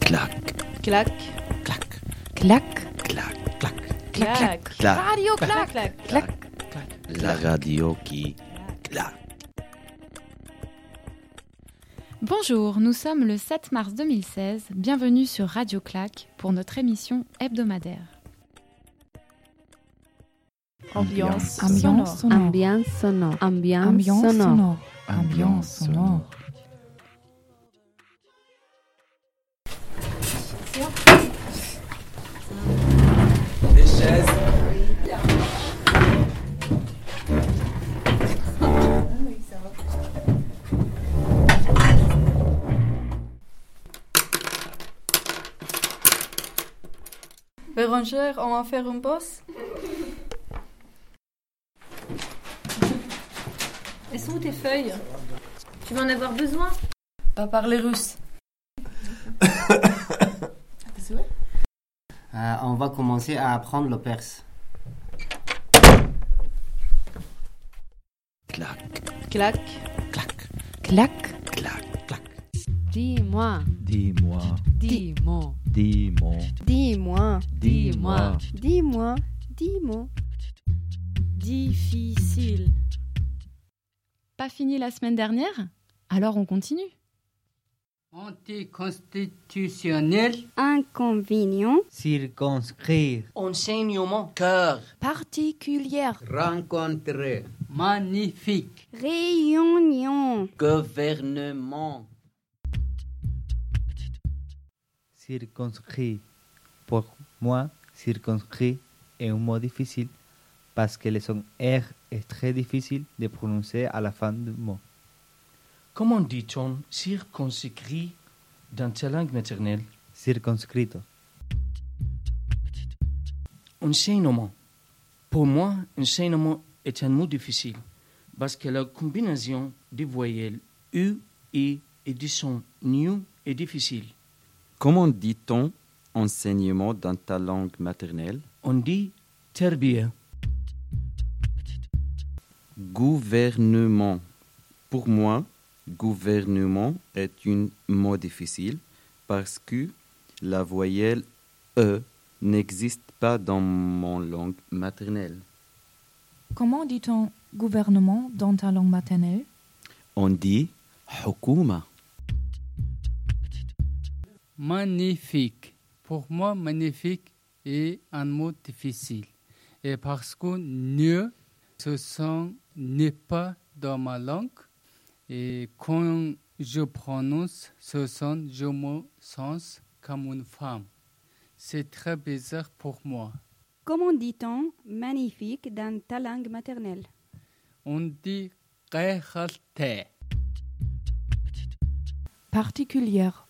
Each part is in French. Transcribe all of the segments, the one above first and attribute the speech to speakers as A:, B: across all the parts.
A: Clac,
B: Clac,
A: clac,
C: Clac,
A: clac, clac,
C: clac, clac,
A: clac.
B: Radio clac, clac.
C: clac.
A: La radio qui clac.
C: Bonjour, nous sommes le 7 mars 2016. Bienvenue sur Radio Clac pour notre émission hebdomadaire.
B: Ambiance.
D: Ambiance
B: sonore.
D: sonore.
E: Ambiance sonore. Ambiance,
D: Ambiance
E: sonore.
D: sonore. Ambiance sonore.
B: Les rangers, on va faire une pause
F: Elles sont où tes feuilles Tu vas en avoir besoin
B: Pas parler russe.
G: Euh, on va commencer à apprendre le perse.
A: Clac,
B: Clac,
A: clac,
C: Clac.
A: clac, clac.
E: Dis-moi.
A: Dis-moi,
E: Dis-moi.
A: dis-moi, dis-moi.
E: Dis-moi. Dis-moi. Dis-moi.
F: Difficile.
C: Pas fini la semaine dernière Alors on continue.
H: Anticonstitutionnel.
E: Inconvénient.
H: Circonscrire.
G: Enseignement. Cœur.
B: particulière.
G: Rencontrer.
H: Magnifique.
E: Réunion.
G: Gouvernement.
H: Circonscrit. Pour moi, circonscrit est un mot difficile parce que le son R est très difficile de prononcer à la fin du mot.
I: Comment dit-on circonscrit dans ta langue maternelle
H: Circonscrito.
I: Enseignement. Pour moi, enseignement est un mot difficile parce que la combinaison des voyelles U, I et du son NU est difficile.
A: Comment dit-on enseignement dans ta langue maternelle
I: On dit terbier.
A: Gouvernement. Pour moi, gouvernement est un mot difficile parce que la voyelle E n'existe pas dans mon langue maternelle.
D: Comment dit-on gouvernement dans ta langue maternelle
A: On dit hukuma.
J: Magnifique. Pour moi, magnifique est un mot difficile. Et parce que ne, ce son n'est pas dans ma langue. Et quand je prononce ce son, je me sens comme une femme. C'est très bizarre pour moi.
E: Comment dit-on magnifique dans ta langue maternelle
J: On dit قهرت.
D: Particulière.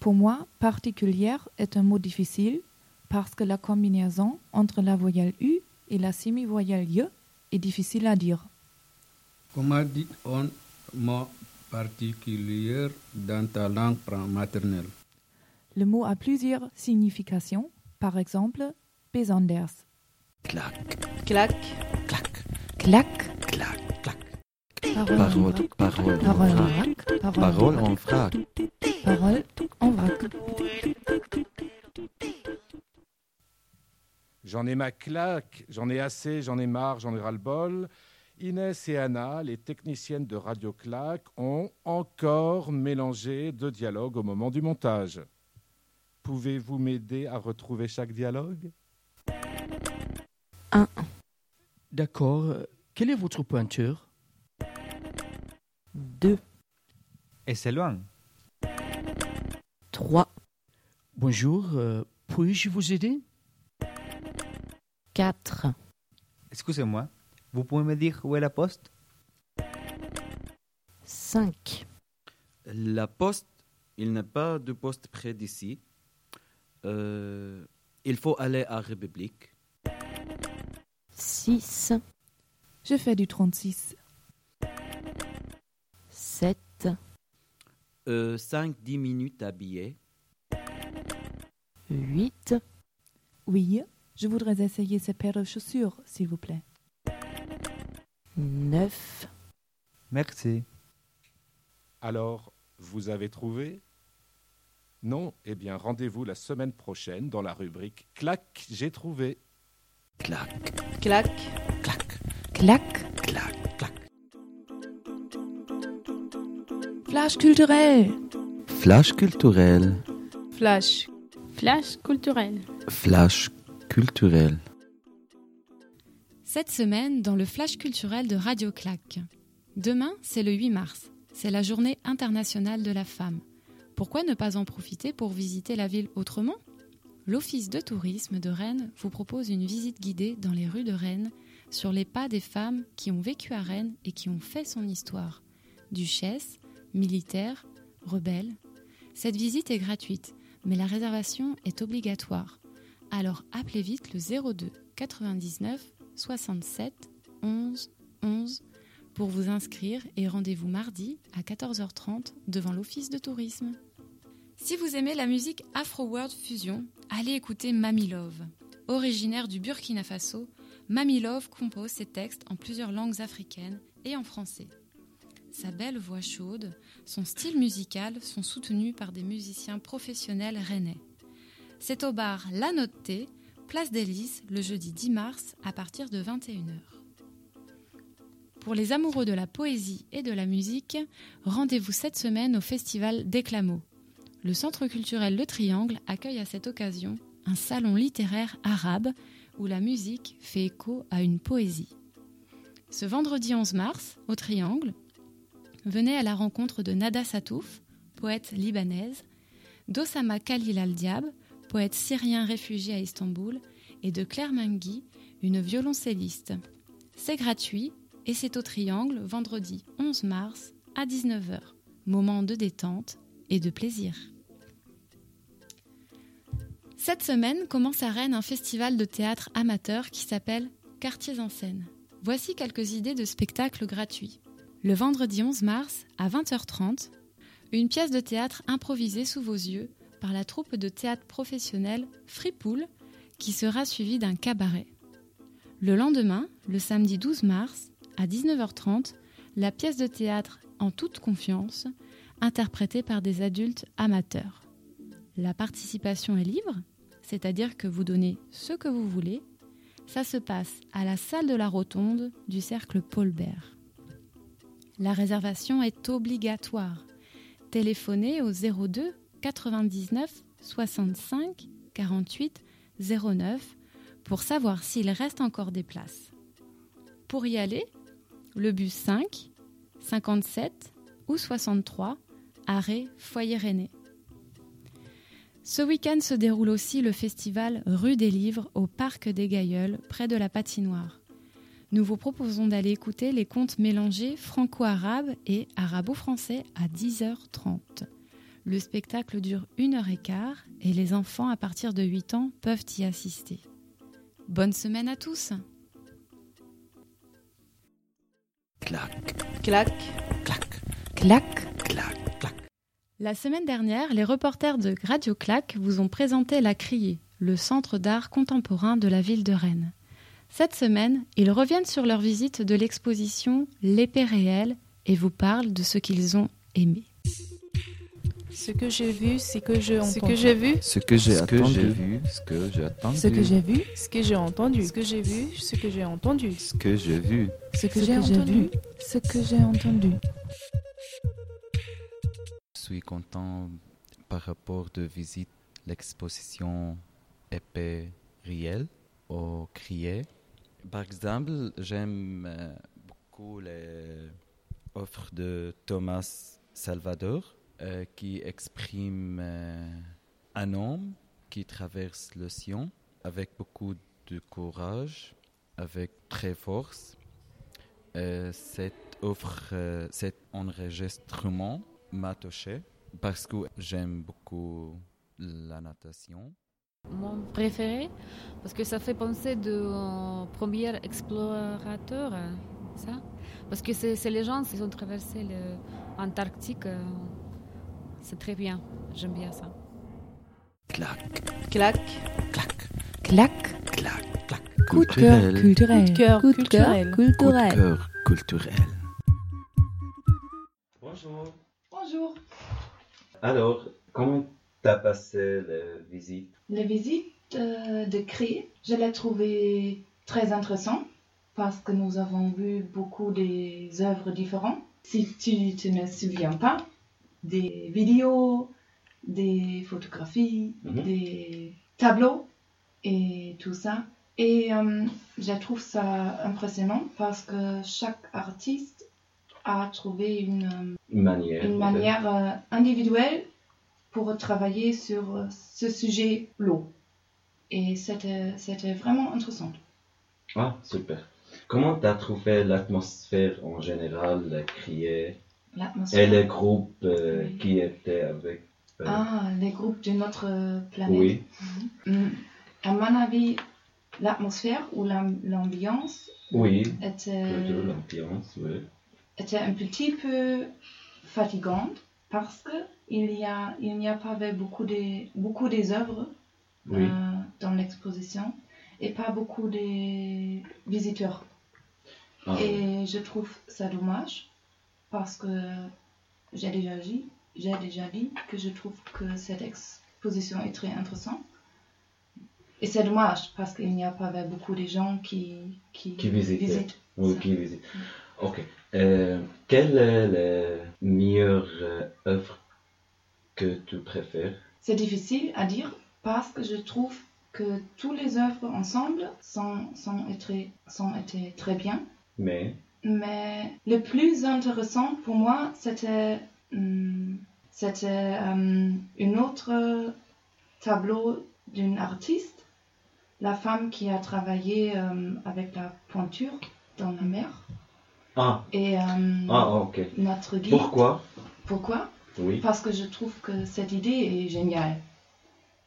D: Pour moi, particulière est un mot difficile parce que la combinaison entre la voyelle U et la semi-voyelle Y est difficile à dire.
K: Comment dit-on mot particulier dans ta langue maternelle
D: Le mot a plusieurs significations, par exemple, besonders.
A: Clac,
B: Clac,
A: clac,
C: Clac.
A: clac, clac.
D: en
A: Parole, parole,
D: vrac, parole en
A: parole,
D: vrac,
A: parole en frac.
D: parole en vrac.
L: J'en ai ma claque, j'en ai assez, j'en ai marre, j'en ai ras-le-bol. Inès et Anna, les techniciennes de Radio Claque, ont encore mélangé deux dialogues au moment du montage. Pouvez-vous m'aider à retrouver chaque dialogue
I: D'accord. Quelle est votre pointure
J: Et c'est loin.
I: Bonjour. euh, Puis-je vous aider
C: 4.
J: Excusez-moi. Vous pouvez me dire où est la poste
C: 5.
A: La poste, il n'y a pas de poste près d'ici. Euh, il faut aller à République.
C: 6.
D: Je fais du 36.
C: 7.
A: 5-10 Euh, minutes à billet.
C: 8.
D: Oui, je voudrais essayer ces paires de chaussures, s'il vous plaît.
C: 9.
J: Merci.
L: Alors, vous avez trouvé
I: Non Eh bien, rendez-vous la semaine prochaine dans la rubrique Clac, j'ai trouvé. Clac.
M: Clac.
I: Clac.
N: Clac.
I: Clac. Clac.
N: Flash culturel.
A: Flash culturel.
O: Flash. Flash culturel.
A: Flash culturel.
D: Cette semaine, dans le flash culturel de Radio Claque. Demain, c'est le 8 mars. C'est la journée internationale de la femme. Pourquoi ne pas en profiter pour visiter la ville autrement L'Office de tourisme de Rennes vous propose une visite guidée dans les rues de Rennes sur les pas des femmes qui ont vécu à Rennes et qui ont fait son histoire. Duchesse, militaire, rebelle. Cette visite est gratuite, mais la réservation est obligatoire. Alors appelez vite le 02 99 67 11 11 pour vous inscrire et rendez-vous mardi à 14h30 devant l'Office de tourisme. Si vous aimez la musique Afro World Fusion, allez écouter Mami Love. Originaire du Burkina Faso, Mami Love compose ses textes en plusieurs langues africaines et en français. Sa belle voix chaude, son style musical sont soutenus par des musiciens professionnels rennais. C'est au bar La Notée, place des Lys, le jeudi 10 mars à partir de 21h. Pour les amoureux de la poésie et de la musique, rendez-vous cette semaine au festival Déclamo. Le centre culturel Le Triangle accueille à cette occasion un salon littéraire arabe où la musique fait écho à une poésie. Ce vendredi 11 mars, au Triangle, venez à la rencontre de Nada Satouf, poète libanaise, d'Osama Khalil al-Diab, poète syrien réfugié à Istanbul, et de Claire Mangui, une violoncelliste. C'est gratuit et c'est au Triangle vendredi 11 mars à 19h. Moment de détente et de plaisir. Cette semaine commence à Rennes un festival de théâtre amateur qui s'appelle Quartiers en scène. Voici quelques idées de spectacles gratuits. Le vendredi 11 mars à 20h30, une pièce de théâtre improvisée sous vos yeux par la troupe de théâtre professionnel Fripoul qui sera suivie d'un cabaret. Le lendemain, le samedi 12 mars, à 19h30, la pièce de théâtre En toute confiance, interprétée par des adultes amateurs. La participation est libre, c'est-à-dire que vous donnez ce que vous voulez. Ça se passe à la salle de la rotonde du cercle Paulbert. La réservation est obligatoire. Téléphonez au 02 99 65 48 09 pour savoir s'il reste encore des places. Pour y aller, le bus 5, 57 ou 63, arrêt Foyer Rennais. Ce week-end se déroule aussi le festival Rue des Livres au Parc des Gailleuls, près de la patinoire. Nous vous proposons d'aller écouter les contes mélangés franco-arabe et arabo-français à 10h30. Le spectacle dure une heure et quart et les enfants à partir de 8 ans peuvent y assister. Bonne semaine à tous
M: Clac. Clac.
I: Clac.
N: Clac.
I: Clac. Clac.
D: La semaine dernière, les reporters de Radio Clac vous ont présenté la Criée, le centre d'art contemporain de la ville de Rennes. Cette semaine, ils reviennent sur leur visite de l'exposition L'épée réelle et vous parlent de ce qu'ils ont aimé.
O: Ce que j'ai vu, c'est que j'ai entendu.
B: Ce que j'ai vu,
A: Ce que j'ai
B: Ce que
A: attendu.
B: j'ai vu,
A: ce que j'ai attendu.
B: ce que j'ai vu, ce que j'ai entendu. Ce que j'ai vu, ce que j'ai entendu.
A: Ce que j'ai vu.
N: Ce que j'ai vu, ce que j'ai entendu.
A: Je suis content par rapport de visite l'exposition épée réelle au crié. Par exemple, j'aime euh, beaucoup les offres de Thomas Salvador euh, qui exprime euh, un homme qui traverse l'océan avec beaucoup de courage, avec très force. Euh, cette offre, euh, cet enregistrement m'a touché parce que j'aime beaucoup la natation.
E: Mon préféré, parce que ça fait penser du euh, premier explorateur, euh, ça. Parce que c'est c'est les gens qui ont traversé l'Antarctique. euh, C'est très bien, j'aime bien ça.
M: Clac.
N: Clac.
A: Clac. Clac.
N: Coup de cœur culturel.
M: Coup de cœur
N: Coup de cœur
M: culturel.
N: culturel.
A: Coup de cœur culturel.
P: Bonjour.
M: Bonjour.
A: Alors, comment
Q: tu as passé les visites
J: La visite euh, de Cré, je l'ai trouvée très intéressante parce que nous avons vu beaucoup des œuvres différentes. Si tu te ne souviens pas, des vidéos, des photographies,
Q: Mhm.
J: des tableaux et tout ça. Et euh, je trouve ça impressionnant parce que chaque artiste a trouvé une, euh,
Q: Une manière, peut-être.
J: une manière euh, individuelle pour travailler sur euh, ce sujet, l'eau. Et c'était c'était vraiment intéressant.
Q: Ah, super. Comment tu as trouvé l'atmosphère en général, la criée
J: L'atmosphère.
Q: et les groupes euh, qui étaient avec euh,
J: Ah, les groupes de notre euh, planète.
Q: Oui.
J: Mm. À mon avis, l'atmosphère ou l'am- l'ambiance
Q: Oui,
J: était,
Q: plutôt l'ambiance, oui.
J: était un petit peu fatigante parce qu'il n'y a, il n'y a pas avait beaucoup des, beaucoup des œuvres
Q: Oui.
J: euh, dans l'exposition et pas beaucoup des visiteurs.
Q: Ah.
J: Et je trouve ça dommage parce que j'ai déjà dit, j'ai déjà dit que je trouve que cette exposition est très intéressante. Et c'est dommage parce qu'il n'y a pas beaucoup de gens qui, qui,
Q: Qui visitaient.
J: visitent.
Q: Oui, qui visitent. Ok. Euh, quelle est la meilleure euh, œuvre que tu préfères
J: C'est difficile à dire parce que je trouve que toutes les œuvres ensemble sont, sont, été, sont été très bien.
Q: Mais,
J: Mais le plus intéressant pour moi, c'était hum, c'était hum, une autre tableau d'une artiste, la femme qui a travaillé hum, avec la peinture dans la mer.
Q: ah,
J: Et hum,
Q: ah, ok.
J: notre guide.
Q: Pourquoi
J: Pourquoi
Q: Oui.
J: Parce que je trouve que cette idée est géniale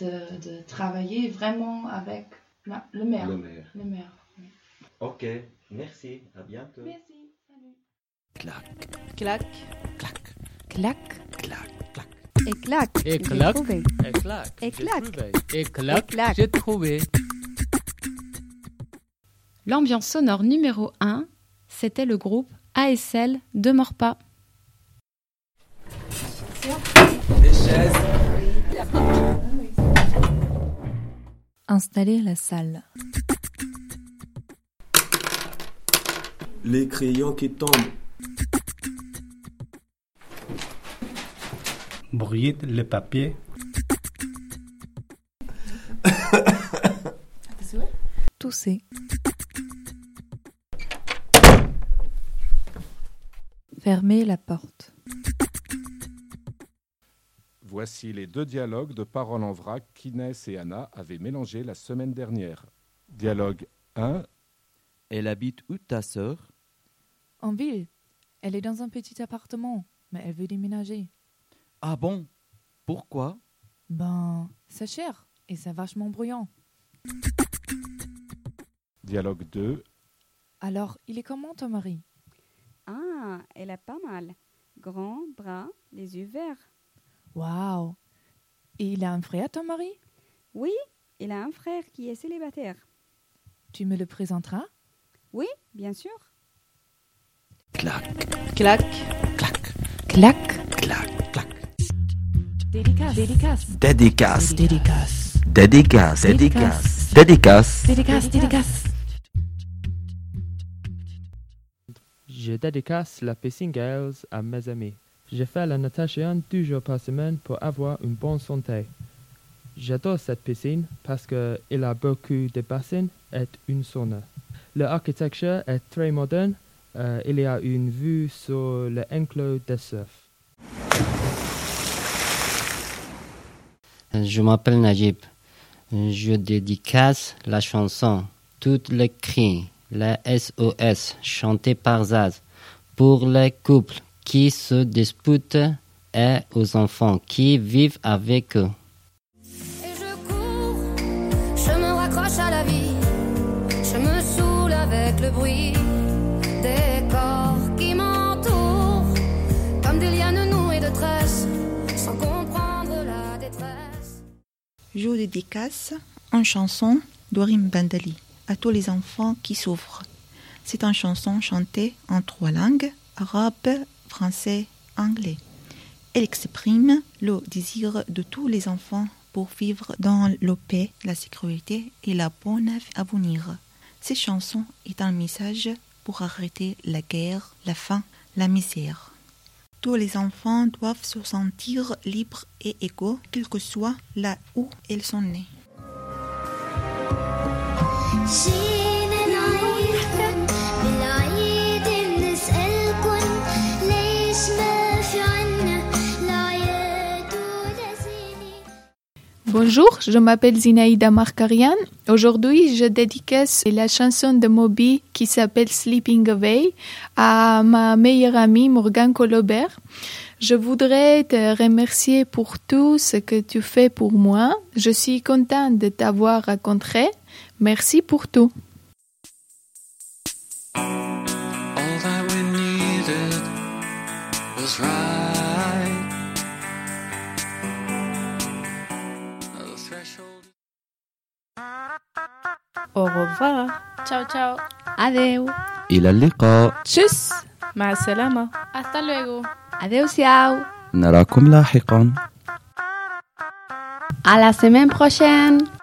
J: de, de travailler vraiment avec la- le maire.
Q: Le maire.
J: Le maire.
Q: Ok, merci, à bientôt.
J: Merci, salut.
R: Clac.
S: Clac.
B: Et clac.
E: Et clac. Et clac.
B: Et clac.
E: Et clac. J'ai trouvé.
T: L'ambiance sonore numéro 1, c'était le groupe ASL de Morpa.
S: Installer la salle.
U: Les crayons qui tombent.
V: Brouiller le papier.
S: Tousser. Fermer la porte.
W: Voici les deux dialogues de Parole en vrac qu'Inès et Anna avaient mélangés la semaine dernière. Dialogue 1.
X: Elle habite où ta sœur
D: En ville, elle est dans un petit appartement, mais elle veut déménager.
X: Ah bon Pourquoi
D: Ben, c'est cher et c'est vachement bruyant.
W: Dialogue 2.
D: Alors, il est comment ton mari
B: Ah, elle est pas mal. Grand, bras, les yeux verts.
D: Waouh Et il a un frère, ton mari
B: Oui, il a un frère qui est célibataire.
D: Tu me le présenteras
B: Oui, bien sûr.
R: Clac.
S: Clac.
R: Dédicace. Dédicace.
A: Dédicace. Dédicace. Dédicace. Dédicace. Dédicace.
R: Dédicace. Dédicace.
I: Je dédicace la Pissing Girls à mes amis. Je fais la natation deux jours par semaine pour avoir une bonne santé. J'adore cette piscine parce qu'il a beaucoup de bassines et une sauna. L'architecture est très moderne. euh, il y a une vue sur l'enclos de surf.
G: Je m'appelle Najib. Je dédicace la chanson Toutes les cris, la SOS, chantée par Zaz, pour les couples qui se disputent et aux enfants qui vivent avec eux.
F: Je me raccroche à la vie, je me saoule avec le bruit des corps qui m'entourent, comme des lianes nouées de tresses, sans comprendre la détresse.
Y: Je dédicace en chanson d'Orim Bandali à tous les enfants qui souffrent. C'est une chanson chantée en trois langues, arabe, français, anglais,
J: Elle exprime le désir de tous les enfants pour vivre dans la paix, la sécurité et la bonne avenir. Ces chansons est un message pour arrêter la guerre, la faim, la misère. Tous les enfants doivent se sentir libres et égaux, quel que soit là où ils sont nés.
B: Bonjour, je m'appelle Zinaïda Markarian. Aujourd'hui, je dédicace la chanson de Moby qui s'appelle Sleeping Away à ma meilleure amie Morgane Colobert. Je voudrais te remercier pour tout ce que tu fais pour moi. Je suis contente de t'avoir rencontré. Merci pour tout.
G: All that we needed was right. The threshold.
B: Au revoir. Ciao, ciao.
E: Adeu.
A: إلى اللقاء
B: Tchuss. مع السلامة.
E: Hasta luego. Adeu, ciao.
A: نراكم لاحقاً
E: À la semaine prochaine.